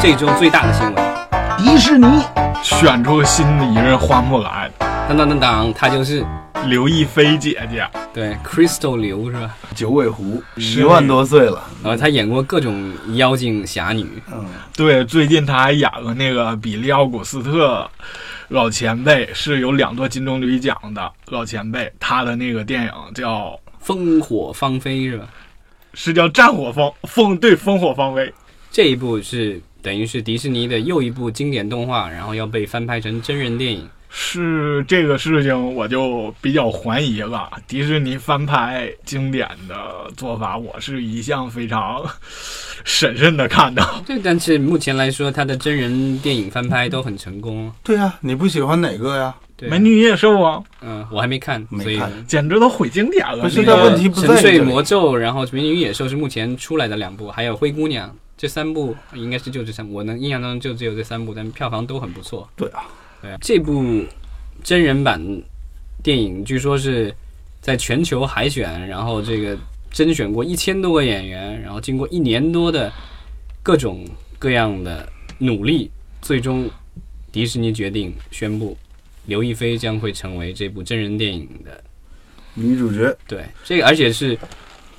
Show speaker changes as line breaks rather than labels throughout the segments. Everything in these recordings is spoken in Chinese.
这周最大的新闻，
迪士尼选出新的一任花木兰，
当当当当，她就是
刘亦菲姐姐，
对 Crystal 刘是吧？
九尾狐十万多岁了，
然后她演过各种妖精侠女，
对，最近她还演了那个比利奥古斯特老前辈，是有两座金棕榈奖的老前辈，他的那个电影叫
烽火芳菲是吧？
是叫《战火方风对烽火方威》，
这一部是等于是迪士尼的又一部经典动画，然后要被翻拍成真人电影。
是这个事情我就比较怀疑了。迪士尼翻拍经典的做法，我是一向非常 审慎的看的。
对，但是目前来说，它的真人电影翻拍都很成功。
对呀、你不喜欢哪个呀？
对，
美女与野兽啊，
嗯、我还没看，
没
所以
看
简直都毁经典了。
不是
那
但
个
问题不在于
神
这
碎
里
魔咒，然后《美女与野兽》是目前出来的两部，还有《灰姑娘》这三部应该是就这三部，我能印象当中就只有这三部，但票房都很不错。
对啊，
对啊，这部真人版电影据说是在全球海选，然后这个甄选过一千多个演员，然后经过一年多的各种各样的努力，最终迪士尼决定宣布刘亦菲将会成为这部真人电影的
女主角
对，这个而且是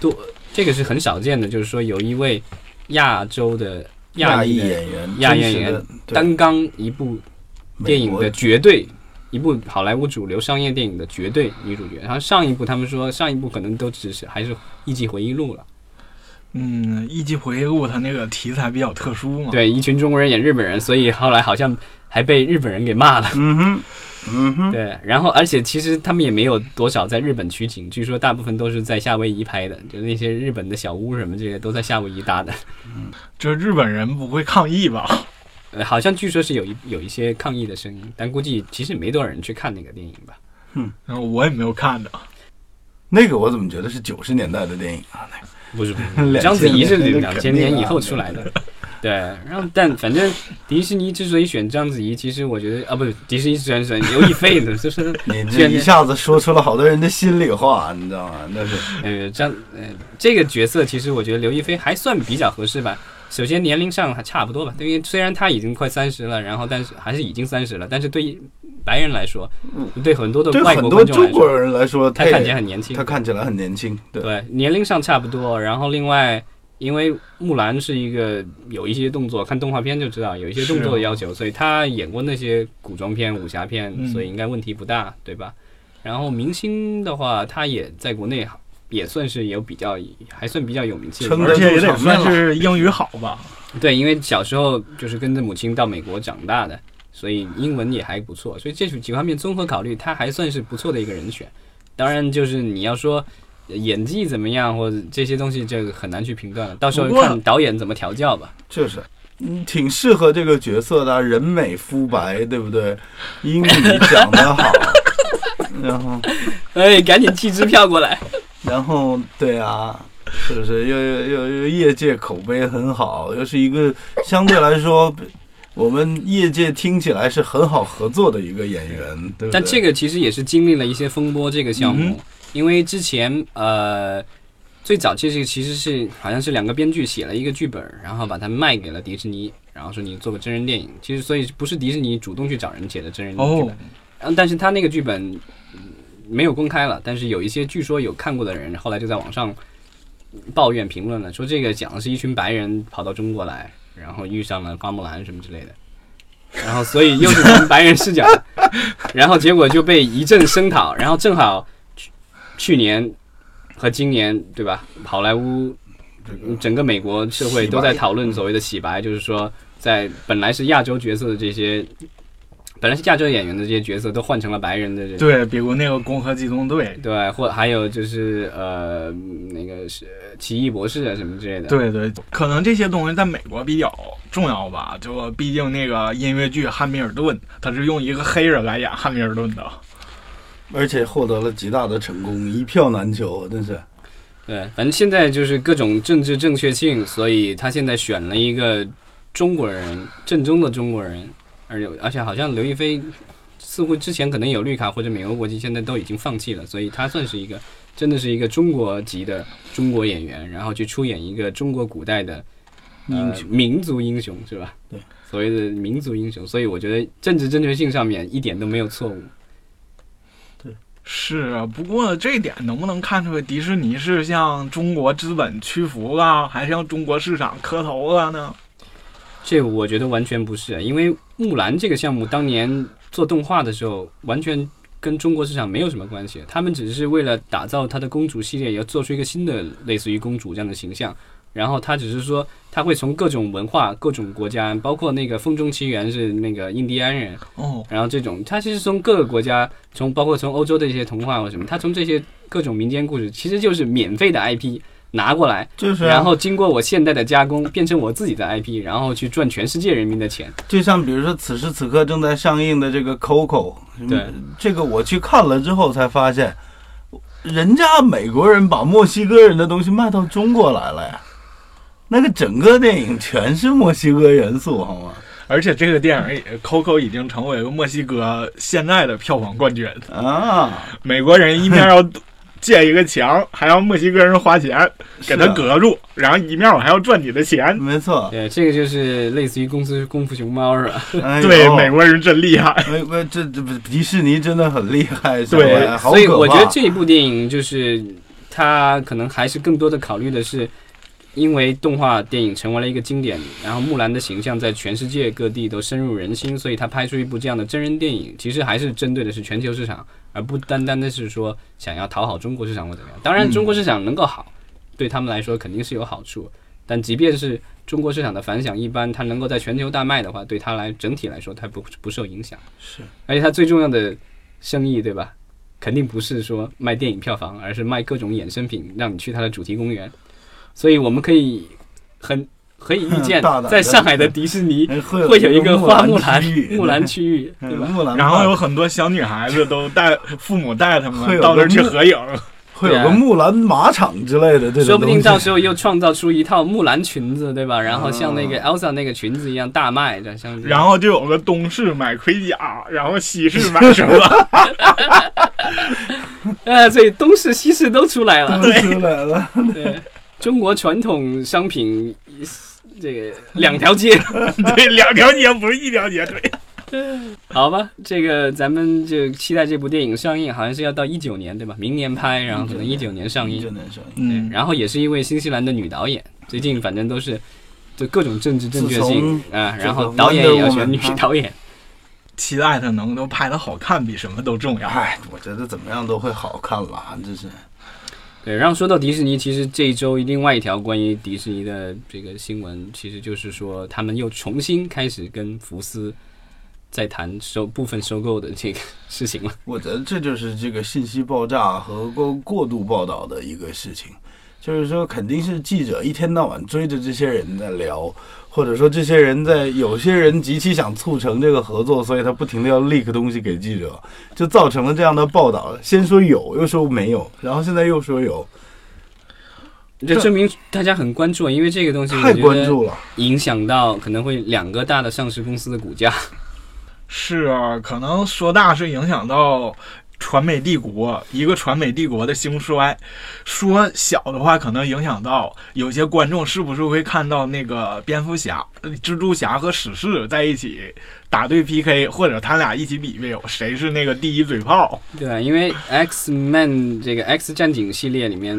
多，这个是很少见的，就是说有一位亚洲的亚
裔
裔的
演员，
亚裔
真实
演员
的对
担纲一部电
美
影
国
的绝对，一部好莱坞主流商业电影的绝对女主角。然后上一部他们说上一部可能都只是还是《艺伎回忆录》了，
嗯，《一级回忆录》它那个题材比较特殊
嗯
嘛。
对，一群中国人演日本人，所以后来好像还被日本人给骂 了。
嗯哼，嗯哼，
对，然后而且其实他们也没有多少在日本取景，据说大部分都是在夏威夷拍的，就那些日本的小屋什么这些都在夏威夷搭的。
这日本人不会抗议吧？
呃，好像据说是有一有一些抗议的声音，但估计其实没多少人去看那个电影吧。
然后我也没有看的。
那个我怎么觉得是九十年代的电影啊？那个
不是，不是
两
章子
千
怡是
年
两
肯
千
定
年
啊
以后出来的。对，然后但反正迪士尼之所以选章子怡，其实我觉得啊，不是迪士尼虽然选刘亦菲的，就是
你这
选
一下子说出了好多人的心里话，你知道吗？那是
呃章呃这个角色，其实我觉得刘亦菲还算比较合适吧。首先年龄上还差不多吧，因为虽然她已经快三十了，然后但是还是已经三十了，但是对于白人来说，对很多的
嗯对
外
很
国
多
观众
中
来
国
说，
人来说，
她
也
看起来很年轻。啊
他看起来很年轻，对，
对，年龄上差不多。然后另外，因为木兰是一个有一些动作，看动画片就知道有一些动作的要求，所以她演过那些古装片、武侠片，
嗯
所以应该问题不大，对吧？然后明星的话，她也在国内也算是有比较，还算比较有名气的
称。
而且也得
场面
算
了
是英语好吧？
对，因为小时候就是跟着母亲到美国长大的，所以英文也还不错。所以这几方面综合考虑，他还算是不错的一个人选。当然，就是你要说呃演技怎么样，或者这些东西，这个很难去评断了。到时候
不过
看导演怎么调教吧。
就是。嗯，挺适合这个角色的啊，人美肤白，对不对？英语讲 得好，然后，
哎，赶紧寄支票过来。
然后，对啊，是不是又又又又业界口碑很好，又是一个相对来说，我们业界听起来是很好合作的一个演员，对不对？
但这个其实也是经历了一些风波，这个项目，
嗯
因为之前呃，最早这是其实是好像是两个编剧写了一个剧本，然后把它卖给了迪士尼，然后说你做个真人电影。其实所以不是迪士尼主动去找人写的真人剧本，
哦，
然后但是他那个剧本嗯没有公开了，但是有一些据说有看过的人，后来就在网上抱怨评论了，说这个讲的是一群白人跑到中国来，然后遇上了花木兰什么之类的，然后所以又是从白人视角， 然后结果就被一阵声讨，然后正好去去年和今年对吧，好莱坞
这个
整个美国社会
洗白嗯
都在讨论所谓的洗白，就是说，在本来是亚洲角色的这些，本来是亚洲演员的这些角色，都换成了白人的这
对，比如那个《攻壳机动队
对，或还有就是呃那个是奇异博士啊什么之类》，的。
对对，可能这些东西在美国比较重要吧。就毕竟那个音乐剧《汉密尔顿》，他是用一个黑人来演汉密尔顿的。
而且获得了极大的成功，一票难求，真是。
对，反正现在就是各种政治正确性，所以他现在选了一个中国人，正宗的中国人，而且而且好像刘亦菲似乎之前可能有绿卡或者美国国籍，现在都已经放弃了，所以他算是一个真的是一个中国籍的中国演员，然后去出演一个中国古代的英
呃
雄、民族英雄是吧？
对，
所谓的民族英雄，所以我觉得政治正确性上面一点都没有错误。
是啊，不过这一点能不能看出来迪士尼是向中国资本屈服了，还是向中国市场磕头了呢？
这我觉得完全不是，啊因为木兰这个项目当年做动画的时候，完全跟中国市场没有什么关系，啊他们只是为了打造它的公主系列，要做出一个新的类似于公主这样的形象。然后他只是说，他会从各种文化、各种国家，包括那个《风中奇缘》是那个印第安人，
哦，
然后这种，它其实从各个国家，从包括从欧洲的一些童话或什么，它从这些各种民间故事，其实就是免费的 IP 拿过来，
就是啊
然后经过我现代的加工，变成我自己的 IP，然后去赚全世界人民的钱。
就像比如说此时此刻正在上映的这个《Coco》，
对
嗯，这个我去看了之后才发现，人家美国人把墨西哥人的东西卖到中国来了呀。那个整个电影全是墨西哥元素，好吗？
而且这个电影也《Coco》已经成为了墨西哥现在的票房冠军，
啊，
美国人 一面要建一个墙，还让墨西哥人花钱给他
是啊
隔住，然后一面我还要赚你的钱。
没错，
对，这个就是类似于公司功夫熊猫是吧？
哎呦
对，美国人真厉害。
美国这这不迪士尼真的很厉害，小
对
白好
所以
可
我觉得
怕
这一部电影就是它可能还是更多的考虑的是，因为动画电影成为了一个经典，然后木兰的形象在全世界各地都深入人心，所以它拍出一部这样的真人电影，其实还是针对的是全球市场，而不单单的是说想要讨好中国市场或怎么样。当然，中国市场能够好，对他们来说肯定是有好处。但即便是中国市场的反响一般，它能够在全球大卖的话，对它来整体来说，它不不受影响。
是，
而且它最重要的生意，对吧？肯定不是说卖电影票房，而是卖各种衍生品，让你去它的主题公园。所以我们可以很可以预见
大胆，地
在上海的迪士 尼
哎会
会有一个花木兰
兰区域
木兰区域，
嗯
对吧？
木兰
然
花
后有很多小女孩子都带父母带他
会
们
有
到那儿
个
去
木
合影，
会有
对
个
啊
木兰马场之类的这种东西，
说不定到时候又创造出一套木兰裙子，对吧？
啊
然后像那个 Elsa 那个裙子一样大卖，这样像
然后就有个东市买盔甲，然后西市买什么。
呃，所以东市西市都出来 了。
都出来了。
对，中国传统商品这个两条街，
对，两条街不是一条街，对，
好吧，这个咱们就期待这部电影上映，好像是要到一九年对吧？明年拍，然后可能
嗯
一九年上映
真。的上映。
对，然后也是一位新西兰的女导演，最近反正都是就各种政治正确
自从
性啊，
这
然后
个
导演也要
Wonder
选
Woman，
女
啊
导演。
期待它能够拍的好看，比什么都重要。
哎，我觉得怎么样都会好看了，这是
对，然后说到迪士尼，其实这一周另外一条关于迪士尼的这个新闻，其实就是说他们又重新开始跟福斯在谈收部分收购的这个事情了。
我觉得这就是这个信息爆炸和过过度报道的一个事情，就是说肯定是记者一天到晚追着这些人在聊，或者说这些人在有些人极其想促成这个合作，所以他不停的要 leak 东西给记者，就造成了这样的报道。先说有，又说没有，然后现在又说有，
这证明大家很关注，因为这个东西
太关，注了。
影响到可能会两个大的上市公司的股价。
是啊，可能说大是影响到传媒帝国，一个传媒帝国的兴衰；说小的话，可能影响到有些观众是不是会看到那个蝙蝠侠、呃蜘蛛侠和史诗在一起打对 PK，或者他俩一起比比谁是那个第一嘴炮。
对啊，因为 X Men 这个 X 战警系列里面，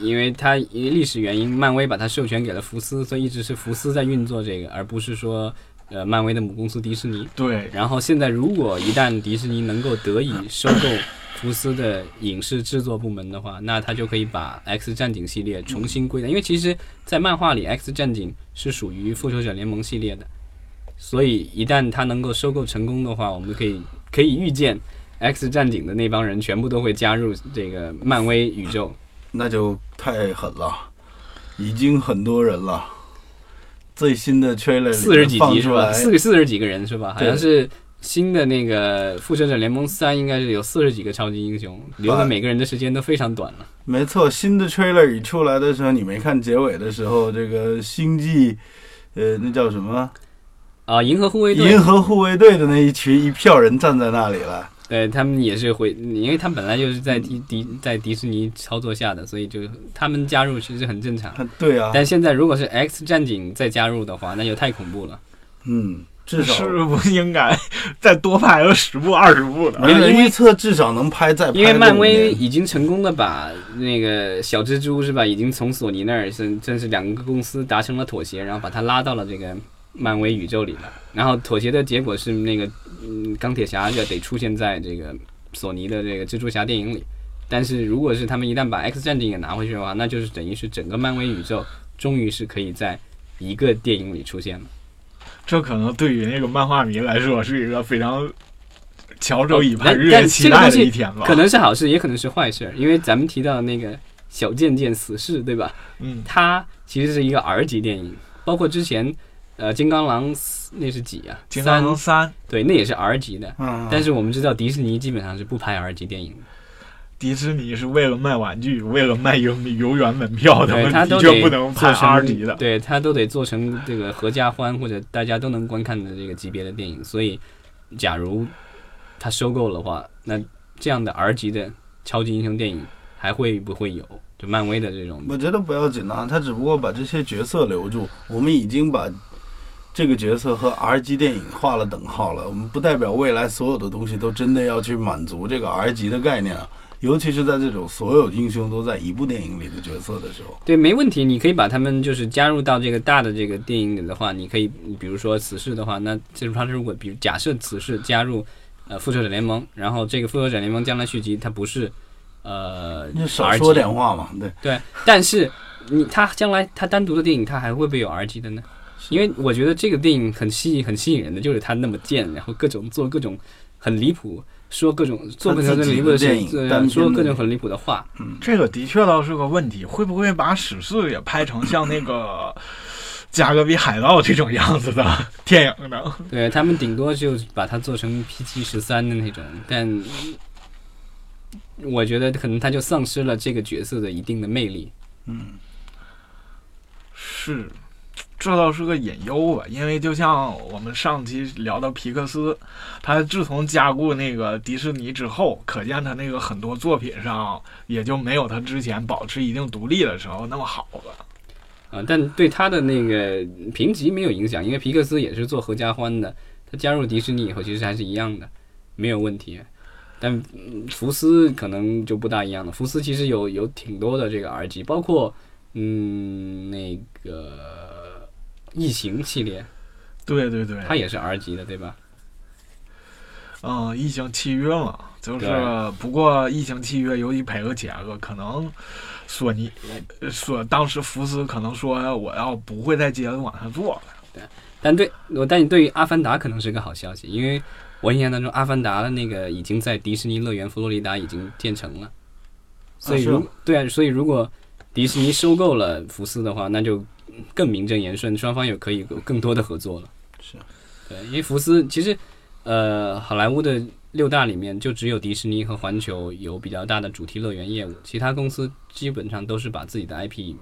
因为它因为历史原因，漫威把它授权给了福斯，所以一直是福斯在运作这个，而不是说呃漫威的母公司迪士尼。
对，
然后现在如果一旦迪士尼能够得以收购福斯的影视制作部门的话，那它就可以把 X 战警系列重新归档，因为其实，在漫画里，X 战警是属于复仇者联盟系列的，所以一旦它能够收购成功的话，我们可以可以预见。X 战警的那帮人全部都会加入这个漫威宇宙，
那就太狠了，已经很多人了。最新的 trailer
四十几集
呃放
是
出
吧？
来，
四四十几个人是吧？好
对
像是新的那个复仇者联盟三，应该是有四十几个超级英雄，留
哎
给每个人的时间都非常短了。
没错，新的 trailer 一出来的时候，你没看结尾的时候，这个星际，呃，那叫什么？
啊，银河护卫队
银河护卫队的那一群一票人站在那里了，
对他们也是回，因为他们本来就是
嗯
在迪迪在迪士尼操作下的，所以就他们加入其实很正常。
对啊，
但现在如果是 X 战警再加入的话，那就太恐怖了。
嗯，至少
是不是应该 再多拍个十部二十部的？
没有
没
因为
人预测至少能拍再拍
因为
个
漫
五
威
年
已经成功的把那个小蜘蛛是吧，已经从索尼那儿是真是两个公司达成了妥协，然后把它拉到了这个漫威宇宙里了。然后妥协的结果是那个嗯钢铁侠要得出现在这个索尼的这个蜘蛛侠电影里。但是如果是他们一旦把 X 战警也拿回去的话，那就是等于是整个漫威宇宙终于是可以在一个电影里出现了。
这可能对于那个漫画迷来说是一个非常翘首以
哦
盼、
但
日夜期待的一天吧。
可能是好事，也可能是坏事，因为咱们提到那个小贱贱死侍，对吧？
嗯，
它其实是一个 R 级电影，包括之前呃金刚狼四那是几啊？
金刚狼
三
啊三，
对，那也是 R 级的。
嗯，
但是我们知道迪士尼基本上是不拍 R 级电影的，
迪士尼是为了卖玩具，为了卖游游园门票的，
对，
他
它
们的
都
确
得
不能拍
做成
R 级的。
对，它都得做成这个合家欢或者大家都能观看的这个级别的电影。所以，假如它收购的话，那这样的 R 级的超级英雄电影还会不会有？就漫威的这种
我觉得不要紧啊，他只不过把这些角色留住，我们已经把这个角色和 R 级电影画了等号了。我们不代表未来所有的东西都真的要去满足这个 R 级的概念啊，尤其是在这种所有英雄都在一部电影里的角色的时候。
对，没问题，你可以把他们就是加入到这个大的这个电影里的话，你可以比如说死侍的话，那就是他如果比如假设死侍加入呃复仇者联盟，然后这个复仇者联盟将来续集它不是呃
你就少
R
说
级
点话嘛，对，
对，但是你它将来它单独的电影它还会不会有 R 级的呢？因为我觉得这个电影很吸引很吸引人的就是它那么贱，然后各种做各种很离谱，说各种做各
它
种
自己
离谱的
的
事
电影
情，
单篇
说
的
各种
电
很离谱的话。
这个的确倒是个问题，会不会把史诗也拍成像那个加勒比海盗这种样子的 电影呢？
对他们顶多就把它做成 PG 十三的那种，但我觉得可能他就丧失了这个角色的一定的魅力。
嗯，
是，这倒是个隐忧吧，因为就像我们上期聊到皮克斯，他自从加固那个迪士尼之后，可见他那个很多作品上也就没有他之前保持一定独立的时候那么好了。
啊、但对他的那个评级没有影响，因为皮克斯也是做合家欢的，他加入迪士尼以后其实还是一样的，没有问题。但嗯福斯可能就不大一样了，福斯其实有有挺多的这个 R 级，包括嗯那个异形系列，
对对对，
它也是 R 级的，对吧？
嗯，疫情契约嘛，就是
对
不过疫情契约，由于赔了钱了，可能索尼呃索当时福斯可能说哎我要不会再接着往下做了。
但对我，但你对于《阿凡达》可能是个好消息，因为我印象当中，《阿凡达》的那个已经在迪士尼乐园佛罗里达已经建成了，所以
是
如、
吗
对啊，所以如果迪士尼收购了福斯的话，那就更名正言顺，双方有可以有更多的合作了。
是，
对，因为福斯其实，呃，好莱坞的六大里面就只有迪士尼和环球有比较大的主题乐园业务，其他公司基本上都是把自己的 IP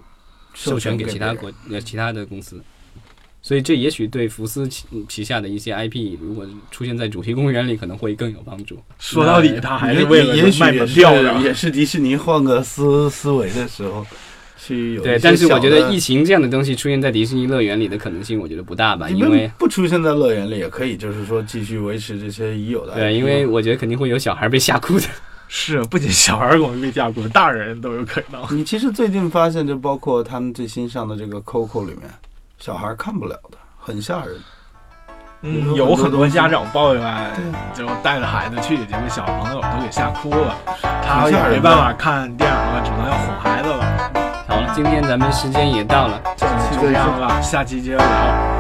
授权给其他
别人
国呃其他的公司，所以这也许对福斯旗旗下的一些 IP，如果出现在主题公园里，可能会更有帮助。
说到底，
那
他还是
也
为了
哎也许
卖
也
门
是
票的。
也是迪士尼换个思思维的时候去有一
对，
些
但是我觉
小
得
的
疫情这样的东西出现在迪士尼乐园里的可能性，我觉得不大吧，
你
啊因为
们不出现在乐园里也可以，就是说继续维持这些已有的 IP 嘛。
对，因为我觉得肯定会有小孩被吓哭的。
是，不仅小孩儿容易被吓哭，大人都有可 能。
你其实最近发现，就包括他们最新上的这个 Coco 里面，小孩看不了的，很吓人。
嗯，
有
有
很
很
多
多家长抱怨
对，
就带着孩子去，结果小朋友都给吓哭了，他
挺
也
吓
没
人的
办法看电影了，只能要哄孩子了。
好了，今天咱们时间也到了，
就这样了，下期接着聊。